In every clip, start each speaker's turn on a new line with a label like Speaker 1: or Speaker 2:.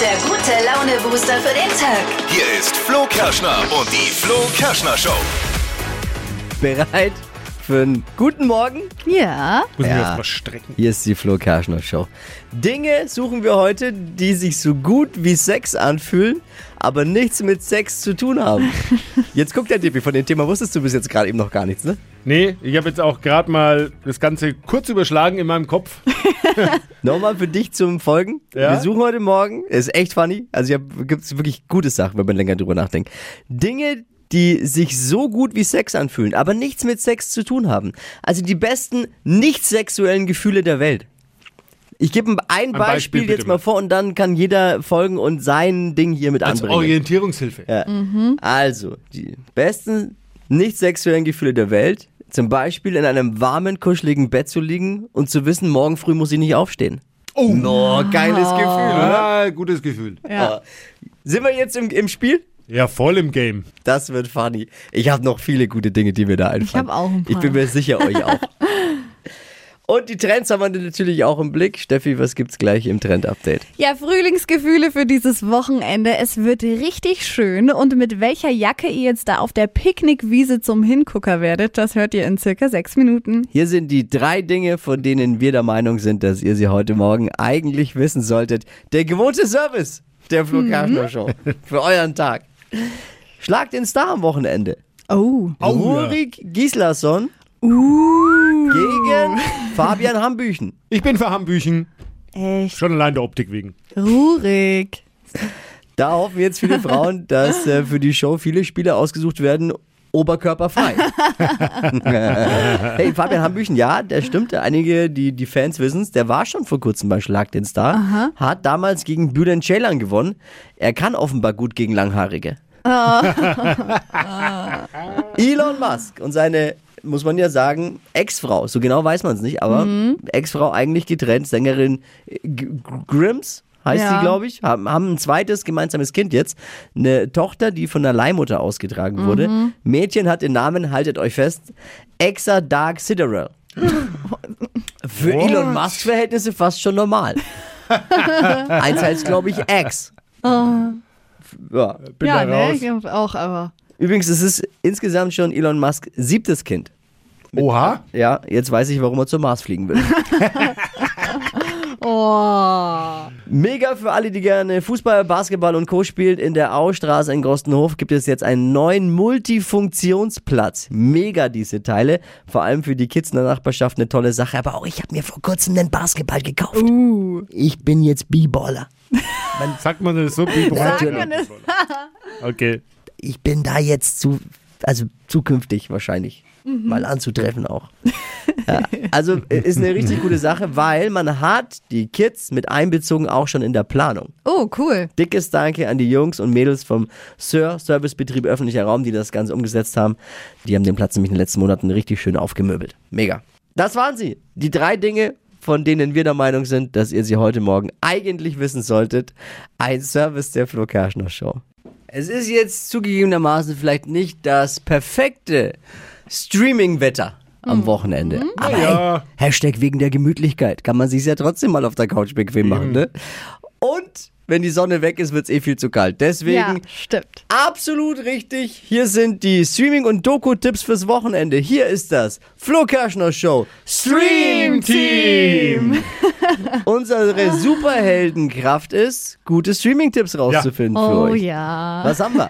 Speaker 1: der gute Laune-Booster für den Tag.
Speaker 2: Hier ist Flo Kerschner und die Flo Kerschner Show.
Speaker 3: Bereit für einen guten Morgen?
Speaker 4: Ja,
Speaker 5: Müssen wir
Speaker 3: Ja.
Speaker 5: erstmal strecken.
Speaker 3: Hier ist die Flo Kerschner Show. Dinge suchen wir heute, die sich so gut wie Sex anfühlen, aber nichts mit Sex zu tun haben. Jetzt guckt der Dippi, von dem Thema wusstest du bis jetzt gerade eben noch gar nichts, ne?
Speaker 5: Nee, ich habe jetzt auch gerade mal das Ganze kurz überschlagen in meinem Kopf.
Speaker 3: Nochmal für dich zum Folgen.
Speaker 5: Ja?
Speaker 3: Wir suchen heute Morgen, ist echt funny, also hier gibt es wirklich gute Sachen, wenn man länger drüber nachdenkt. Dinge, die sich so gut wie Sex anfühlen, aber nichts mit Sex zu tun haben. Also die besten nicht-sexuellen Gefühle der Welt. Ich gebe ein, ein
Speaker 5: Beispiel
Speaker 3: Beispiel,
Speaker 5: bitte
Speaker 3: jetzt mal
Speaker 5: mal.
Speaker 3: vor und dann kann jeder folgen und sein Ding hier mit
Speaker 5: Als
Speaker 3: anbringen.
Speaker 5: Orientierungshilfe.
Speaker 3: Also, die besten nicht sexuellen Gefühle der Welt, zum Beispiel in einem warmen, kuscheligen Bett zu liegen und zu wissen, morgen früh muss ich nicht aufstehen. Oh, no, geiles Gefühl, oder?
Speaker 5: Ah, gutes Gefühl.
Speaker 4: ja.
Speaker 3: Sind wir jetzt im, im Spiel?
Speaker 5: Ja, voll im Game.
Speaker 3: Das wird funny. Ich habe noch viele gute Dinge, die mir da einfallen.
Speaker 4: hab auch ein paar.
Speaker 3: Ich bin mir sicher, euch auch. Und die Trends haben wir natürlich auch im Blick. Steffi, was gibt's gleich im Trend-Update?
Speaker 4: Ja, Frühlingsgefühle für dieses Wochenende. Es wird richtig schön. Und mit welcher Jacke ihr jetzt da auf der Picknickwiese zum Hingucker werdet, das hört ihr in circa sechs Minuten.
Speaker 3: Hier sind die drei Dinge, von denen wir der Meinung sind, dass ihr sie heute Morgen eigentlich wissen solltet. Der gewohnte Service der Flo Kerschner Show für euren Tag. Schlagt den Star am Wochenende.
Speaker 4: Oh.
Speaker 3: Rurik Gislason
Speaker 4: Uh.
Speaker 3: gegen Fabian Hambüchen.
Speaker 5: Ich bin für Hambüchen.
Speaker 4: Echt
Speaker 5: Schon allein der Optik wegen.
Speaker 4: ruhig.
Speaker 3: Da hoffen jetzt viele Frauen, dass äh, für die Show viele Spieler ausgesucht werden, oberkörperfrei. hey, Fabian Hambüchen, ja, der stimmt. Einige, die, die Fans wissen es, der war schon vor kurzem bei Schlag den Star, hat damals gegen Bülent Ceylan gewonnen. Er kann offenbar gut gegen Langhaarige. Elon Musk und seine, muss man ja sagen, Ex-Frau, so genau weiß man es nicht, aber
Speaker 4: Mhm.
Speaker 3: Ex-Frau eigentlich getrennt, Sängerin äh, G Grims heißt
Speaker 4: Ja.
Speaker 3: sie, glaube ich, haben, haben ein zweites gemeinsames Kind jetzt, eine Tochter, die von der Leihmutter ausgetragen wurde.
Speaker 4: Mhm.
Speaker 3: Mädchen hat den Namen, haltet euch fest, Exa Dark Sidereal. Für
Speaker 5: What?
Speaker 3: Elon Musk Verhältnisse fast schon normal. Eins heißt, glaube ich, Ex. Ja.
Speaker 5: Bin
Speaker 4: Oh. ja,
Speaker 5: da raus.
Speaker 4: ne? ich Auch, aber.
Speaker 3: Übrigens, es ist insgesamt schon Elon Musk siebtes Kind.
Speaker 5: Oha.
Speaker 3: Ja, jetzt weiß ich, warum er zum Mars fliegen will.
Speaker 4: Oh.
Speaker 3: Mega für alle, die gerne Fußball, Basketball und Co. spielt. In der Austraße in Grostenhof gibt es jetzt einen neuen Multifunktionsplatz. Mega diese Teile. Vor allem für die Kids in der Nachbarschaft eine tolle Sache. Aber auch ich habe mir vor kurzem einen Basketball gekauft. Ich bin jetzt B-Baller.
Speaker 5: Sagt man das so? Sagt
Speaker 4: man das?
Speaker 5: Okay.
Speaker 3: Ich bin da jetzt zu, also zukünftig wahrscheinlich mal anzutreffen auch. Ja, also äh, ist eine richtig gute Sache, weil man hat die Kids mit einbezogen auch schon in der Planung.
Speaker 4: Oh, cool.
Speaker 3: Dickes Danke an die Jungs und Mädels vom Sir Servicebetrieb öffentlicher Raum, die das Ganze umgesetzt haben. Die haben den Platz nämlich in den letzten Monaten richtig schön aufgemöbelt. Mega. Das waren sie. Die drei Dinge, von denen wir der Meinung sind, dass ihr sie heute Morgen eigentlich wissen solltet. Ein Service der Flo Kerschner Show. Es ist jetzt zugegebenermaßen vielleicht nicht das perfekte Streaming-Wetter am Wochenende. Aber
Speaker 5: Ja.
Speaker 3: hey, Hashtag wegen der Gemütlichkeit. Kann man sich ja trotzdem mal auf der Couch bequem machen, ne? Und wenn die Sonne weg ist, wird es eh viel zu kalt. Deswegen
Speaker 4: Ja, stimmt.
Speaker 3: absolut richtig. Hier sind die Streaming- und Doku-Tipps fürs Wochenende. Hier ist das Flo Kerschner Show Stream Team. Unsere Superheldenkraft ist, gute Streaming-Tipps rauszufinden für
Speaker 4: Oh
Speaker 3: euch.
Speaker 4: ja.
Speaker 3: Was haben wir?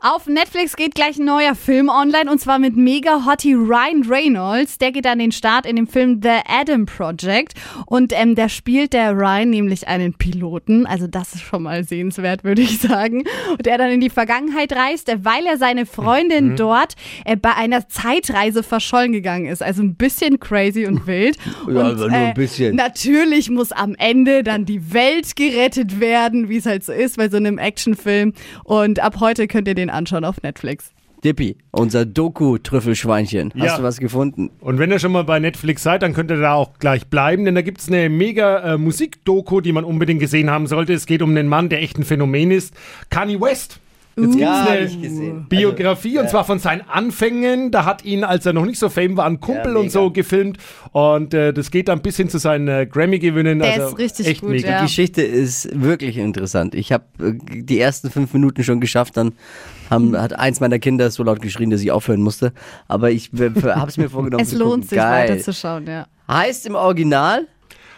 Speaker 4: Auf Netflix geht gleich ein neuer Film online und zwar mit mega Hottie Ryan Reynolds. Der geht an den Start in dem Film The Adam Project und ähm, da spielt der Ryan nämlich einen Piloten. Also das ist schon mal sehenswert, würde ich sagen. Und der dann in die Vergangenheit reist, äh, weil er seine Freundin
Speaker 3: Mhm.
Speaker 4: dort äh, bei einer Zeitreise verschollen gegangen ist. Also ein bisschen crazy und wild. und, äh,
Speaker 3: aber nur ein bisschen.
Speaker 4: Natürlich muss am Ende dann die Welt gerettet werden, wie es halt so ist bei so einem Actionfilm. Und ab heute könnt ihr den anschauen auf Netflix.
Speaker 3: Dippi, unser Doku-Trüffelschweinchen. Hast
Speaker 5: Ja.
Speaker 3: du was gefunden?
Speaker 5: Und wenn ihr schon mal bei Netflix seid, dann könnt ihr da auch gleich bleiben, denn da gibt's eine mega äh, Musikdoku, die man unbedingt gesehen haben sollte. Es geht um einen Mann, der echt ein Phänomen ist. Kanye West. Jetzt gibt's
Speaker 3: Ja, hab
Speaker 5: eine
Speaker 3: ich gesehen.
Speaker 5: Biografie
Speaker 3: Also,
Speaker 5: und zwar von seinen Anfängen. Da hat ihn, als er noch nicht so fame war, ein Kumpel
Speaker 3: Ja,
Speaker 5: und so
Speaker 3: mega.
Speaker 5: gefilmt. Und äh, das geht dann bis hin zu seinen äh, Grammy-Gewinnen.
Speaker 4: Der
Speaker 5: also
Speaker 4: ist richtig
Speaker 5: echt
Speaker 4: gut,
Speaker 5: mega.
Speaker 4: ja.
Speaker 3: Die Geschichte ist wirklich interessant. Ich habe äh, die ersten fünf Minuten schon geschafft, dann haben, hat eins meiner Kinder so laut geschrien, dass ich aufhören musste. Aber ich habe es mir vorgenommen.
Speaker 4: Es
Speaker 3: zu
Speaker 4: lohnt
Speaker 3: gucken.
Speaker 4: sich
Speaker 3: Geil.
Speaker 4: weiterzuschauen, ja.
Speaker 3: Heißt im Original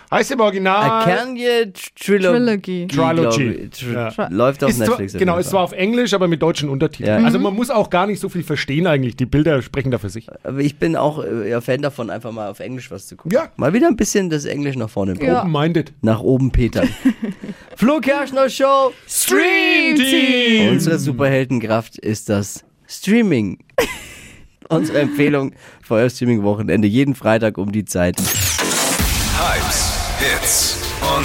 Speaker 5: Heißt im
Speaker 3: A
Speaker 5: Original.
Speaker 3: Kanye Trilo
Speaker 4: Trilogy.
Speaker 5: Äh, Trilogy.
Speaker 3: Tri
Speaker 5: Ja.
Speaker 3: Läuft auf
Speaker 5: Ist zwar,
Speaker 3: Netflix. auf
Speaker 5: genau,
Speaker 3: jeden
Speaker 5: es war auf Englisch, aber mit deutschen Untertiteln.
Speaker 3: Ja. Mhm.
Speaker 5: Also man muss auch gar nicht so viel verstehen eigentlich. Die Bilder sprechen da für sich.
Speaker 3: Fall. Aber ich bin auch äh, ja, Fan davon, einfach mal auf Englisch was zu gucken.
Speaker 5: Ja.
Speaker 3: Mal wieder ein bisschen das Englisch nach vorne bringen.
Speaker 4: Ja.
Speaker 5: Open-minded.
Speaker 3: Nach oben petern. Flo Kerschner Show.
Speaker 4: Stream Team!
Speaker 3: Unsere Superheldenkraft ist das Streaming. Unsere Empfehlung für euer Streaming-Wochenende jeden Freitag um die Zeit.
Speaker 2: Hypes, Hits und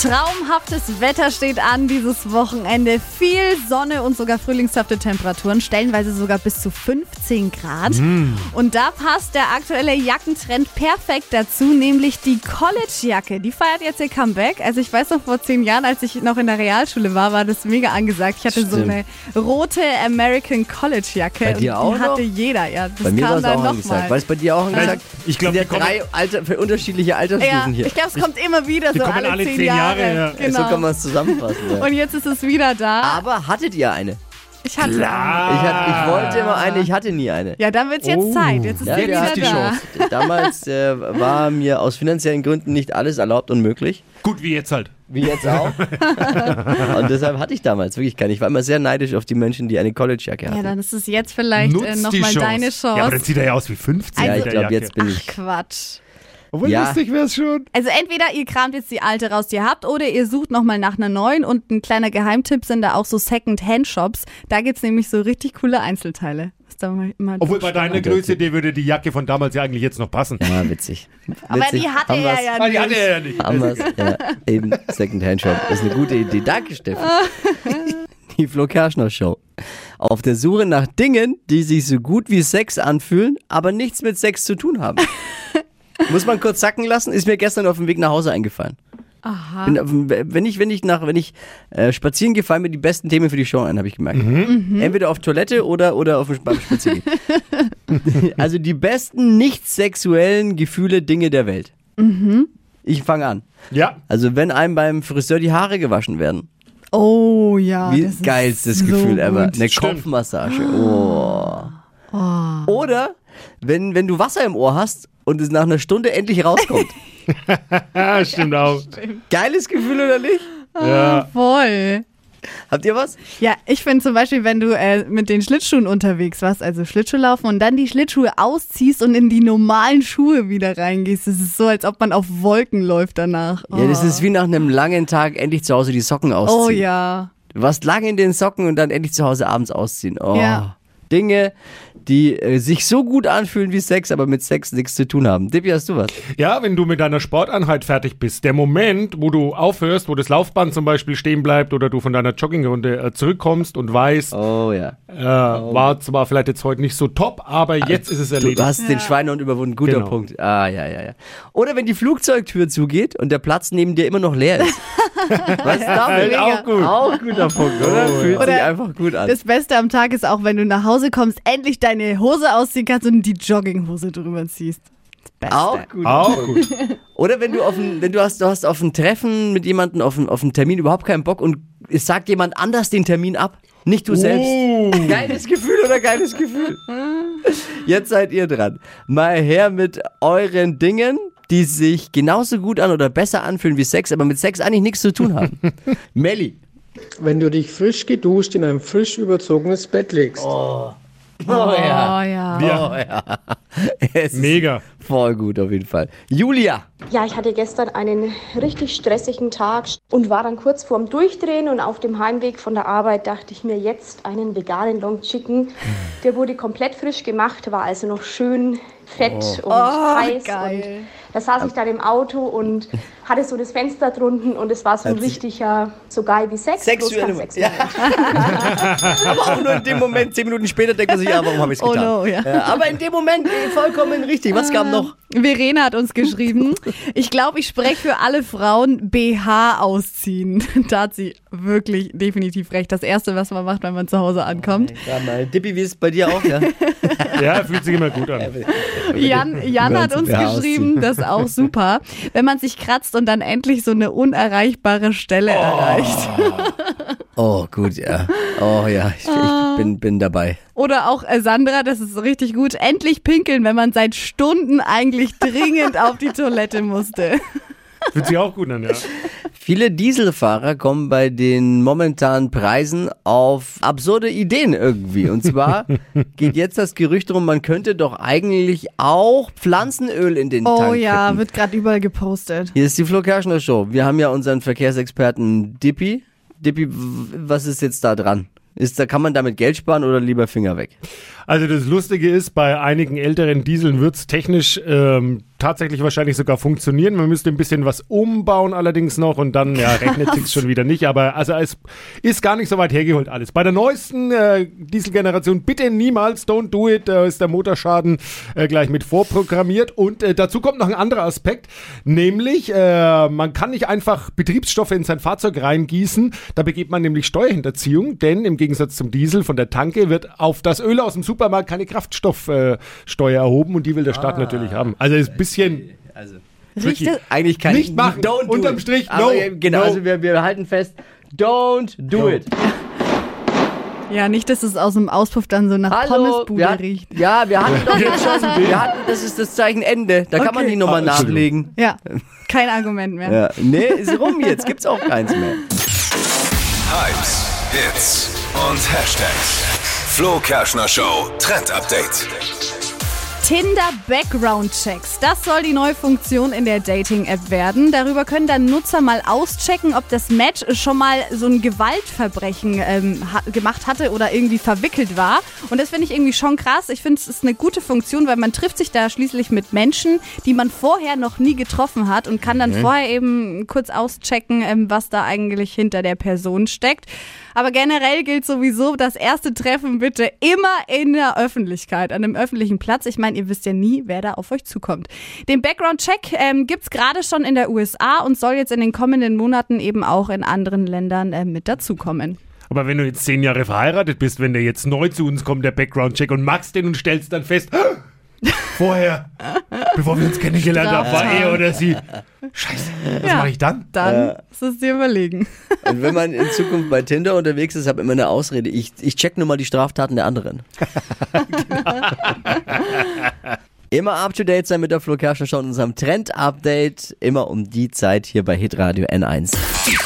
Speaker 4: Traumhaftes Wetter steht an dieses Wochenende. Viel Sonne und sogar frühlingshafte Temperaturen, stellenweise sogar bis zu 15 Grad.
Speaker 3: Mm.
Speaker 4: Und da passt der aktuelle Jackentrend perfekt dazu, nämlich die College-Jacke. Die feiert jetzt ihr Comeback. Also ich weiß noch vor zehn Jahren, als ich noch in der Realschule war, war das mega angesagt. Ich hatte so
Speaker 3: Stimmt.
Speaker 4: eine rote American College-Jacke.
Speaker 3: Bei dir
Speaker 4: und
Speaker 3: auch
Speaker 4: die hatte
Speaker 3: noch?
Speaker 4: jeder. Ja, das
Speaker 3: Bei mir war
Speaker 4: kam
Speaker 3: es
Speaker 4: dann
Speaker 3: auch
Speaker 4: nochmal.
Speaker 3: angesagt. War es bei dir auch angesagt?
Speaker 5: Ich glaub,
Speaker 3: Sind ja
Speaker 5: die kommen-
Speaker 3: drei Alter, für unterschiedliche Altersstufen
Speaker 4: Ja,
Speaker 3: hier.
Speaker 4: ich glaube, es kommt immer wieder so
Speaker 5: kommen
Speaker 4: alle,
Speaker 5: alle
Speaker 4: zehn
Speaker 5: zehn
Speaker 4: Jahre.
Speaker 5: Jahre, ja.
Speaker 4: Genau.
Speaker 3: So Ah, kann man es zusammenfassen. Ja.
Speaker 4: Und jetzt ist es wieder da.
Speaker 3: Aber hattet ihr eine?
Speaker 4: Ich hatte eine.
Speaker 3: Ich, hatte,
Speaker 4: Ah.
Speaker 3: ich wollte immer eine, ich hatte nie eine.
Speaker 4: Ja, dann wird's jetzt
Speaker 5: Oh.
Speaker 4: Zeit. Jetzt ist
Speaker 3: Ja,
Speaker 4: sie
Speaker 3: ja.
Speaker 4: wieder
Speaker 3: Ist die
Speaker 4: da.
Speaker 5: Chance.
Speaker 3: Damals äh, war mir aus finanziellen Gründen nicht alles erlaubt und möglich.
Speaker 5: Gut, wie jetzt halt.
Speaker 3: Wie jetzt auch. und deshalb hatte ich damals wirklich keine. Ich war immer sehr neidisch auf die Menschen, die eine Collegejacke
Speaker 4: Ja,
Speaker 3: hatten.
Speaker 4: dann ist es jetzt vielleicht äh, nochmal deine Chance.
Speaker 5: Ja, aber dann sieht er ja aus wie 15.
Speaker 3: Ja,
Speaker 4: Also-
Speaker 3: ich glaube, jetzt bin
Speaker 4: Ach
Speaker 3: ich.
Speaker 4: Quatsch.
Speaker 5: Obwohl
Speaker 3: Ja.
Speaker 5: lustig wäre es schon.
Speaker 4: Also entweder ihr kramt jetzt die alte raus, die ihr habt, oder ihr sucht nochmal nach einer neuen. Und ein kleiner Geheimtipp sind da auch so Second-Hand-Shops. Da gibt's nämlich so richtig coole Einzelteile. Ist da mal, mal
Speaker 5: Obwohl bei deiner
Speaker 3: Standard.
Speaker 5: Größe, dir würde die Jacke von damals ja eigentlich jetzt noch passen.
Speaker 3: Ja, witzig.
Speaker 4: aber
Speaker 3: witzig.
Speaker 4: die hatte
Speaker 3: Haben
Speaker 4: er
Speaker 3: wir's.
Speaker 4: ja
Speaker 5: Ah, die hatte
Speaker 4: nicht.
Speaker 5: er ja nicht.
Speaker 3: Haben wir's. Ja, eben. Secondhand-Shop. Ist eine gute Idee. Danke, Steffen. Die Flo Kerschner Show. Auf der Suche nach Dingen, die sich so gut wie Sex anfühlen, aber nichts mit Sex zu tun haben. Muss man kurz sacken lassen, ist mir gestern auf dem Weg nach Hause eingefallen. Aha. Bin, auf dem- wenn ich, wenn ich nach, wenn ich äh, spazieren gehe, fallen mir die besten Themen für die Show ein, habe ich gemerkt. Entweder auf Toilette oder, oder auf dem, beim Spaziergehen. also die besten nicht sexuellen Gefühle, Dinge der Welt. Ich fange an.
Speaker 5: Ja.
Speaker 3: Also wenn einem beim Friseur die Haare gewaschen werden.
Speaker 4: Oh ja.
Speaker 3: Wie
Speaker 4: das ist
Speaker 3: geilstes
Speaker 4: so
Speaker 3: Gefühl ever.
Speaker 4: gut. Ah.
Speaker 3: Eine Kopfmassage. Oh. Oder wenn, wenn du Wasser im Ohr hast und es nach einer Stunde endlich rauskommt.
Speaker 5: Ah, stimmt auch.
Speaker 3: Geiles Gefühl oder nicht?
Speaker 5: Ja.
Speaker 4: Voll.
Speaker 3: Habt ihr was?
Speaker 4: Ja, ich finde zum Beispiel, wenn du äh, mit den Schlittschuhen unterwegs warst, also Schlittschuh laufen und dann die Schlittschuhe ausziehst und in die normalen Schuhe wieder reingehst, das ist so, als ob man auf Wolken läuft danach. Oh.
Speaker 3: Ja, das ist wie nach einem langen Tag endlich zu Hause die Socken ausziehen.
Speaker 4: Oh ja.
Speaker 3: Du warst lange in den Socken und dann endlich zu Hause abends ausziehen. Oh.
Speaker 4: Ja.
Speaker 3: Dinge, die äh, sich so gut anfühlen wie Sex, aber mit Sex nichts zu tun haben. Dippi, hast du was?
Speaker 5: ja, wenn du mit deiner Sporteinheit fertig bist, der Moment, wo du aufhörst, wo das Laufband zum Beispiel stehen bleibt oder du von deiner Joggingrunde äh, zurückkommst und weißt,
Speaker 3: Oh ja.
Speaker 5: äh, war zwar vielleicht jetzt heute nicht so top, aber jetzt ist es
Speaker 3: Du
Speaker 5: erledigt.
Speaker 3: hast den Schweinehund überwunden, guter
Speaker 5: Genau.
Speaker 3: Punkt. Ah, ja, ja, ja. Oder wenn die Flugzeugtür zugeht und der Platz neben dir immer noch leer ist. Was ist damit?
Speaker 5: Halt auch gut. Oh,
Speaker 3: Auch guter Punkt, oder? Fühlt sich einfach gut an.
Speaker 4: Das Beste am Tag ist auch, wenn du nach Hause kommst, endlich deine Hose ausziehen kannst und die Jogginghose drüber ziehst. Das Beste.
Speaker 3: Auch gut.
Speaker 5: Auch gut.
Speaker 3: Oder wenn du auf ein, wenn du hast, du hast auf ein Treffen mit jemandem, auf einen, auf einen Termin überhaupt keinen Bock und es sagt jemand anders den Termin ab. Nicht du selbst. Geiles Gefühl oder geiles Gefühl. Jetzt seid ihr dran. Mal her mit euren Dingen, die sich genauso gut an oder besser anfühlen wie Sex, aber mit Sex eigentlich nichts zu tun haben. Melli.
Speaker 6: Wenn du dich frisch geduscht in ein frisch überzogenes Bett legst.
Speaker 3: Oh ja.
Speaker 4: Oh ja.
Speaker 5: Ja,
Speaker 3: Es ist
Speaker 5: mega.
Speaker 3: Voll gut auf jeden Fall. Julia.
Speaker 7: Ja, ich hatte gestern einen richtig stressigen Tag und war dann kurz vorm Durchdrehen und auf dem Heimweg von der Arbeit dachte ich mir jetzt einen veganen Long Chicken.
Speaker 3: Hm. Oh.
Speaker 7: Der wurde komplett frisch gemacht, war also noch schön fett und heiß
Speaker 4: geil.
Speaker 7: und Da saß ich dann im Auto und hatte so das Fenster drunten und es war so ein
Speaker 3: Hat sich-
Speaker 7: richtiger, so geil wie Sex. bloß
Speaker 3: Sexuelle.
Speaker 7: kein Sex
Speaker 3: Ja. aber auch nur in dem Moment, zehn Minuten später denkt man sich, ja, warum habe ich es
Speaker 4: Oh
Speaker 3: getan?
Speaker 4: no, ja.
Speaker 3: aber in dem Moment äh, vollkommen richtig. Was kam noch?
Speaker 4: Verena hat uns geschrieben, ich glaube, ich spreche für alle Frauen BH ausziehen. Da hat sie wirklich definitiv recht. Das Erste, was man macht, wenn man zu Hause ankommt.
Speaker 3: Ja, mal. Dippi, wie ist es bei dir auch? Ja.
Speaker 5: Ja, fühlt sich immer gut an.
Speaker 4: Jan, Jan
Speaker 3: Wenn
Speaker 4: hat
Speaker 3: sie
Speaker 4: uns
Speaker 3: BH
Speaker 4: geschrieben, das ist auch super, wenn man sich kratzt und dann endlich so eine unerreichbare Stelle erreicht.
Speaker 3: Oh, gut, ja. Oh ja, ich,
Speaker 4: Ah.
Speaker 3: ich bin, bin dabei.
Speaker 4: Oder auch äh, Sandra, das ist richtig gut, endlich pinkeln, wenn man seit Stunden eigentlich dringend auf die Toilette musste.
Speaker 5: Fühlt sich auch gut an, ja.
Speaker 3: Viele Dieselfahrer kommen bei den momentanen Preisen auf absurde Ideen irgendwie. Und zwar geht jetzt das Gerücht rum, man könnte doch eigentlich auch Pflanzenöl in den Tank
Speaker 4: Oh
Speaker 3: kippen.
Speaker 4: ja, wird gerade überall gepostet.
Speaker 3: Hier ist die Flo Kerschner Show. Wir haben ja unseren Verkehrsexperten Dippi. Dippi, w- was ist jetzt da dran? Ist, da kann man damit Geld sparen oder lieber Finger weg?
Speaker 5: Also das Lustige ist, bei einigen älteren Dieseln wird's technisch ähm, tatsächlich wahrscheinlich sogar funktionieren. Man müsste ein bisschen was umbauen allerdings noch und dann ja, rechnet sich's schon wieder nicht. Aber also es ist gar nicht so weit hergeholt alles. Bei der neuesten äh, Dieselgeneration bitte niemals, don't do it, äh, ist der Motorschaden äh, gleich mit vorprogrammiert. Und äh, dazu kommt noch ein anderer Aspekt, nämlich äh, man kann nicht einfach Betriebsstoffe in sein Fahrzeug reingießen. Da begeht man nämlich Steuerhinterziehung, denn im Gegensatz zum Diesel von der Tanke wird auf das Öl aus dem Supermarkt keine Kraftstoffteuer äh, Steuer erhoben und die will der Staat natürlich haben. Also ist ein bisschen
Speaker 3: Also,
Speaker 4: Riecht das,
Speaker 3: eigentlich kann
Speaker 5: Nicht machen.
Speaker 3: Don't do
Speaker 5: Unterm
Speaker 3: it.
Speaker 5: Strich,
Speaker 3: Aber,
Speaker 5: no,
Speaker 3: äh, Genau,
Speaker 5: no.
Speaker 3: also wir, wir halten fest, don't do it.
Speaker 4: Ja, nicht, dass es aus dem Auspuff dann so nach
Speaker 3: Hallo,
Speaker 4: Pommesbude
Speaker 3: wir hat-
Speaker 4: riecht.
Speaker 3: ja, wir hatten doch jetzt schon, wir hatten, das ist das Zeichen Ende. Da kann man
Speaker 4: Okay.
Speaker 3: die Nummer
Speaker 5: Ah, Entschuldigung.
Speaker 3: nachlegen.
Speaker 4: Ja, kein Argument mehr.
Speaker 3: Ja, nee, ist rum jetzt, gibt's auch keins mehr.
Speaker 2: Hypes, Hits und Hashtags. Flo Kerschner Show Trend Update.
Speaker 4: Tinder Background Checks. Das soll die neue Funktion in der Dating-App werden. Darüber können dann Nutzer mal auschecken, ob das Match schon mal so ein Gewaltverbrechen ähm, ha gemacht hatte oder irgendwie verwickelt war. Und das finde ich irgendwie schon krass. Ich finde, es ist eine gute Funktion, weil man trifft sich da schließlich mit Menschen, die man vorher noch nie getroffen hat und kann dann vorher eben kurz auschecken, ähm, was da eigentlich hinter der Person steckt. Aber generell gilt sowieso, das erste Treffen bitte immer in der Öffentlichkeit, an einem öffentlichen Platz. Ich meine, ihr wisst ja nie, wer da auf euch zukommt. Den Background-Check ähm, gibt's gerade schon in der USA und soll jetzt in den kommenden Monaten eben auch in anderen Ländern ähm, mit dazukommen.
Speaker 5: Aber wenn du jetzt zehn Jahre verheiratet bist, wenn der jetzt neu zu uns kommt, der Background-Check, und magst den und stellst dann fest, "Ah, vorher, bevor wir uns kennengelernt haben, war er oder sie. Scheiße, was
Speaker 4: Ja.
Speaker 5: mache ich dann?
Speaker 4: Dann
Speaker 3: Äh.
Speaker 4: ist es dir überlegen.
Speaker 3: Und wenn man in Zukunft bei Tinder unterwegs ist, habe immer eine Ausrede. Ich, ich check nur mal die Straftaten der anderen. Genau. immer up to date sein mit der Flo Kerschner Show und unserem Trend Update. Immer um die Zeit hier bei Hitradio N1.
Speaker 2: Die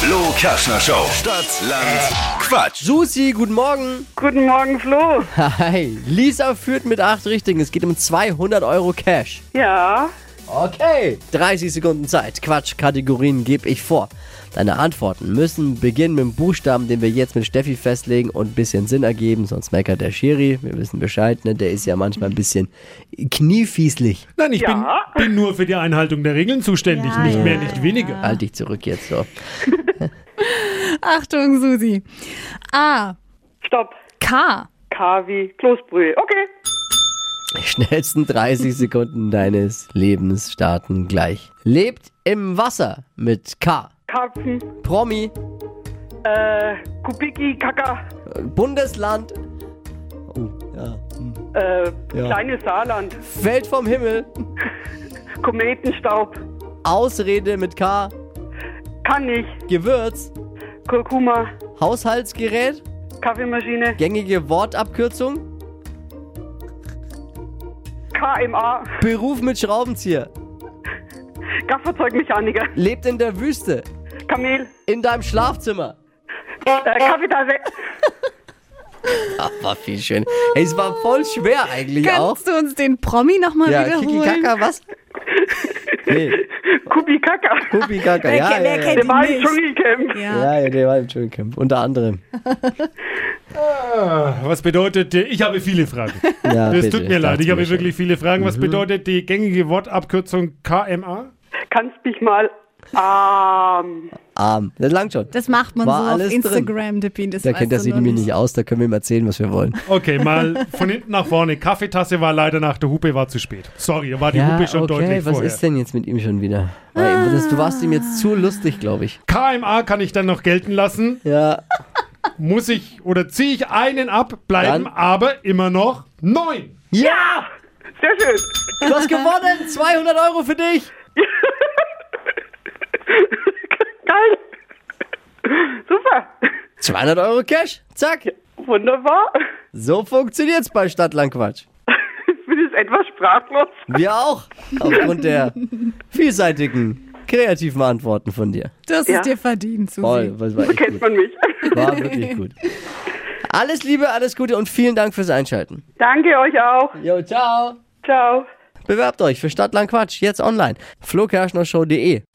Speaker 2: Flo Kerschner Show. Stadt, Land, Quatsch.
Speaker 3: Susi, guten Morgen.
Speaker 8: Guten Morgen, Flo.
Speaker 3: Hi. Lisa führt mit acht Richtigen. Es geht um 200 Euro Cash.
Speaker 8: Ja,
Speaker 3: Okay. 30 Sekunden Zeit. Quatschkategorien gebe ich vor. Deine Antworten müssen beginnen mit dem Buchstaben, den wir jetzt mit Steffi festlegen und ein bisschen Sinn ergeben, sonst meckert der Schiri. Wir wissen Bescheid, ne? Der ist ja manchmal ein bisschen kniefieslich.
Speaker 5: Nein, ich
Speaker 8: Ja.
Speaker 5: bin, bin nur für die Einhaltung der Regeln zuständig, nicht mehr, nicht
Speaker 8: Ah.
Speaker 5: weniger.
Speaker 3: Halt dich zurück jetzt so.
Speaker 4: Achtung, Susi. A.
Speaker 8: stopp.
Speaker 4: K.
Speaker 8: K wie Kloßbrühe. Okay.
Speaker 3: Die Schnellsten 30 Sekunden deines Lebens starten gleich. Lebt im Wasser mit K.
Speaker 8: Karpfen,
Speaker 3: Promi,
Speaker 8: äh, Kubicki, Kaka,
Speaker 3: Bundesland. Oh, ja.
Speaker 8: äh,
Speaker 3: Ja.
Speaker 8: kleines Saarland,
Speaker 3: Fällt vom Himmel.
Speaker 8: Kometenstaub,
Speaker 3: Ausrede mit K.
Speaker 8: kann ich,
Speaker 3: Gewürz.
Speaker 8: Kurkuma,
Speaker 3: Haushaltsgerät,
Speaker 8: Kaffeemaschine,
Speaker 3: gängige Wortabkürzung,
Speaker 8: KMA,
Speaker 3: Beruf mit Schraubenzieher,
Speaker 8: Kraftfahrzeugmechaniker,
Speaker 3: lebt in der Wüste,
Speaker 8: Kamel,
Speaker 3: in deinem Schlafzimmer.
Speaker 8: äh, Kaffeetasse.
Speaker 3: War viel schön. Ey, es war voll schwer eigentlich auch.
Speaker 4: Kannst du uns den Promi nochmal
Speaker 3: Ja,
Speaker 4: wiederholen?
Speaker 3: Kiki Kaka, was? Nee,
Speaker 8: Kubi Kaka.
Speaker 3: Kupi Kaka, ja,
Speaker 4: wer
Speaker 3: ja, ja.
Speaker 4: kennt-
Speaker 8: Der war im
Speaker 4: Nicht.
Speaker 8: Dschungelcamp.
Speaker 4: Ja.
Speaker 3: Ja, ja, der war im Dschungelcamp, unter anderem.
Speaker 5: Was bedeutet, äh, ich habe viele Fragen.
Speaker 3: Ah. Ja,
Speaker 5: Das
Speaker 3: bitte, Mhm.
Speaker 5: tut mir leid,
Speaker 3: dachte
Speaker 5: ich habe
Speaker 3: mir
Speaker 5: wirklich viele Fragen. Was bedeutet die gängige Wortabkürzung KMA?
Speaker 8: Kannst mich mal ähm, arm.
Speaker 3: schon. Arm. Das langt schon.
Speaker 4: Das macht man so
Speaker 3: War alles
Speaker 4: auf
Speaker 3: drin.
Speaker 4: Instagram, Deppin. Das
Speaker 3: da kennt er
Speaker 4: das
Speaker 3: sich nämlich nicht aus, da können wir ihm erzählen, was wir wollen.
Speaker 5: Okay, mal von hinten nach vorne. Kaffeetasse war leider nach der Hupe, war zu spät. Sorry, da war die Hupe schon
Speaker 3: okay,
Speaker 5: deutlich
Speaker 3: was
Speaker 5: vorher.
Speaker 3: ist denn jetzt mit ihm schon wieder? Weil das, du warst ihm jetzt zu lustig, glaube ich.
Speaker 5: KMA kann ich dann noch gelten lassen.
Speaker 3: Ja,
Speaker 5: Muss ich oder ziehe ich einen ab, bleiben
Speaker 3: Dann-
Speaker 5: aber immer noch neun.
Speaker 8: Ja! Sehr schön.
Speaker 3: du hast gewonnen! 200 Euro für dich!
Speaker 8: Geil. Super.
Speaker 3: 200 Euro Cash, zack!
Speaker 8: Wunderbar.
Speaker 3: So funktioniert's bei Stadtlandquatsch.
Speaker 8: Ich bin jetzt etwas sprachlos.
Speaker 3: Wir auch, aufgrund der vielseitigen, kreativen Antworten von dir.
Speaker 4: Das ist
Speaker 8: Ja.
Speaker 4: dir verdient, Susi.
Speaker 3: Voll, was war,
Speaker 8: So
Speaker 3: echt
Speaker 8: kennt
Speaker 3: gut.
Speaker 8: man mich.
Speaker 3: war wirklich gut. Alles Liebe, alles Gute und vielen Dank fürs Einschalten.
Speaker 8: Danke euch auch.
Speaker 3: Jo, ciao!
Speaker 8: Ciao.
Speaker 3: Bewerbt euch für Stadtlandquatsch jetzt online. flokerschnershow.de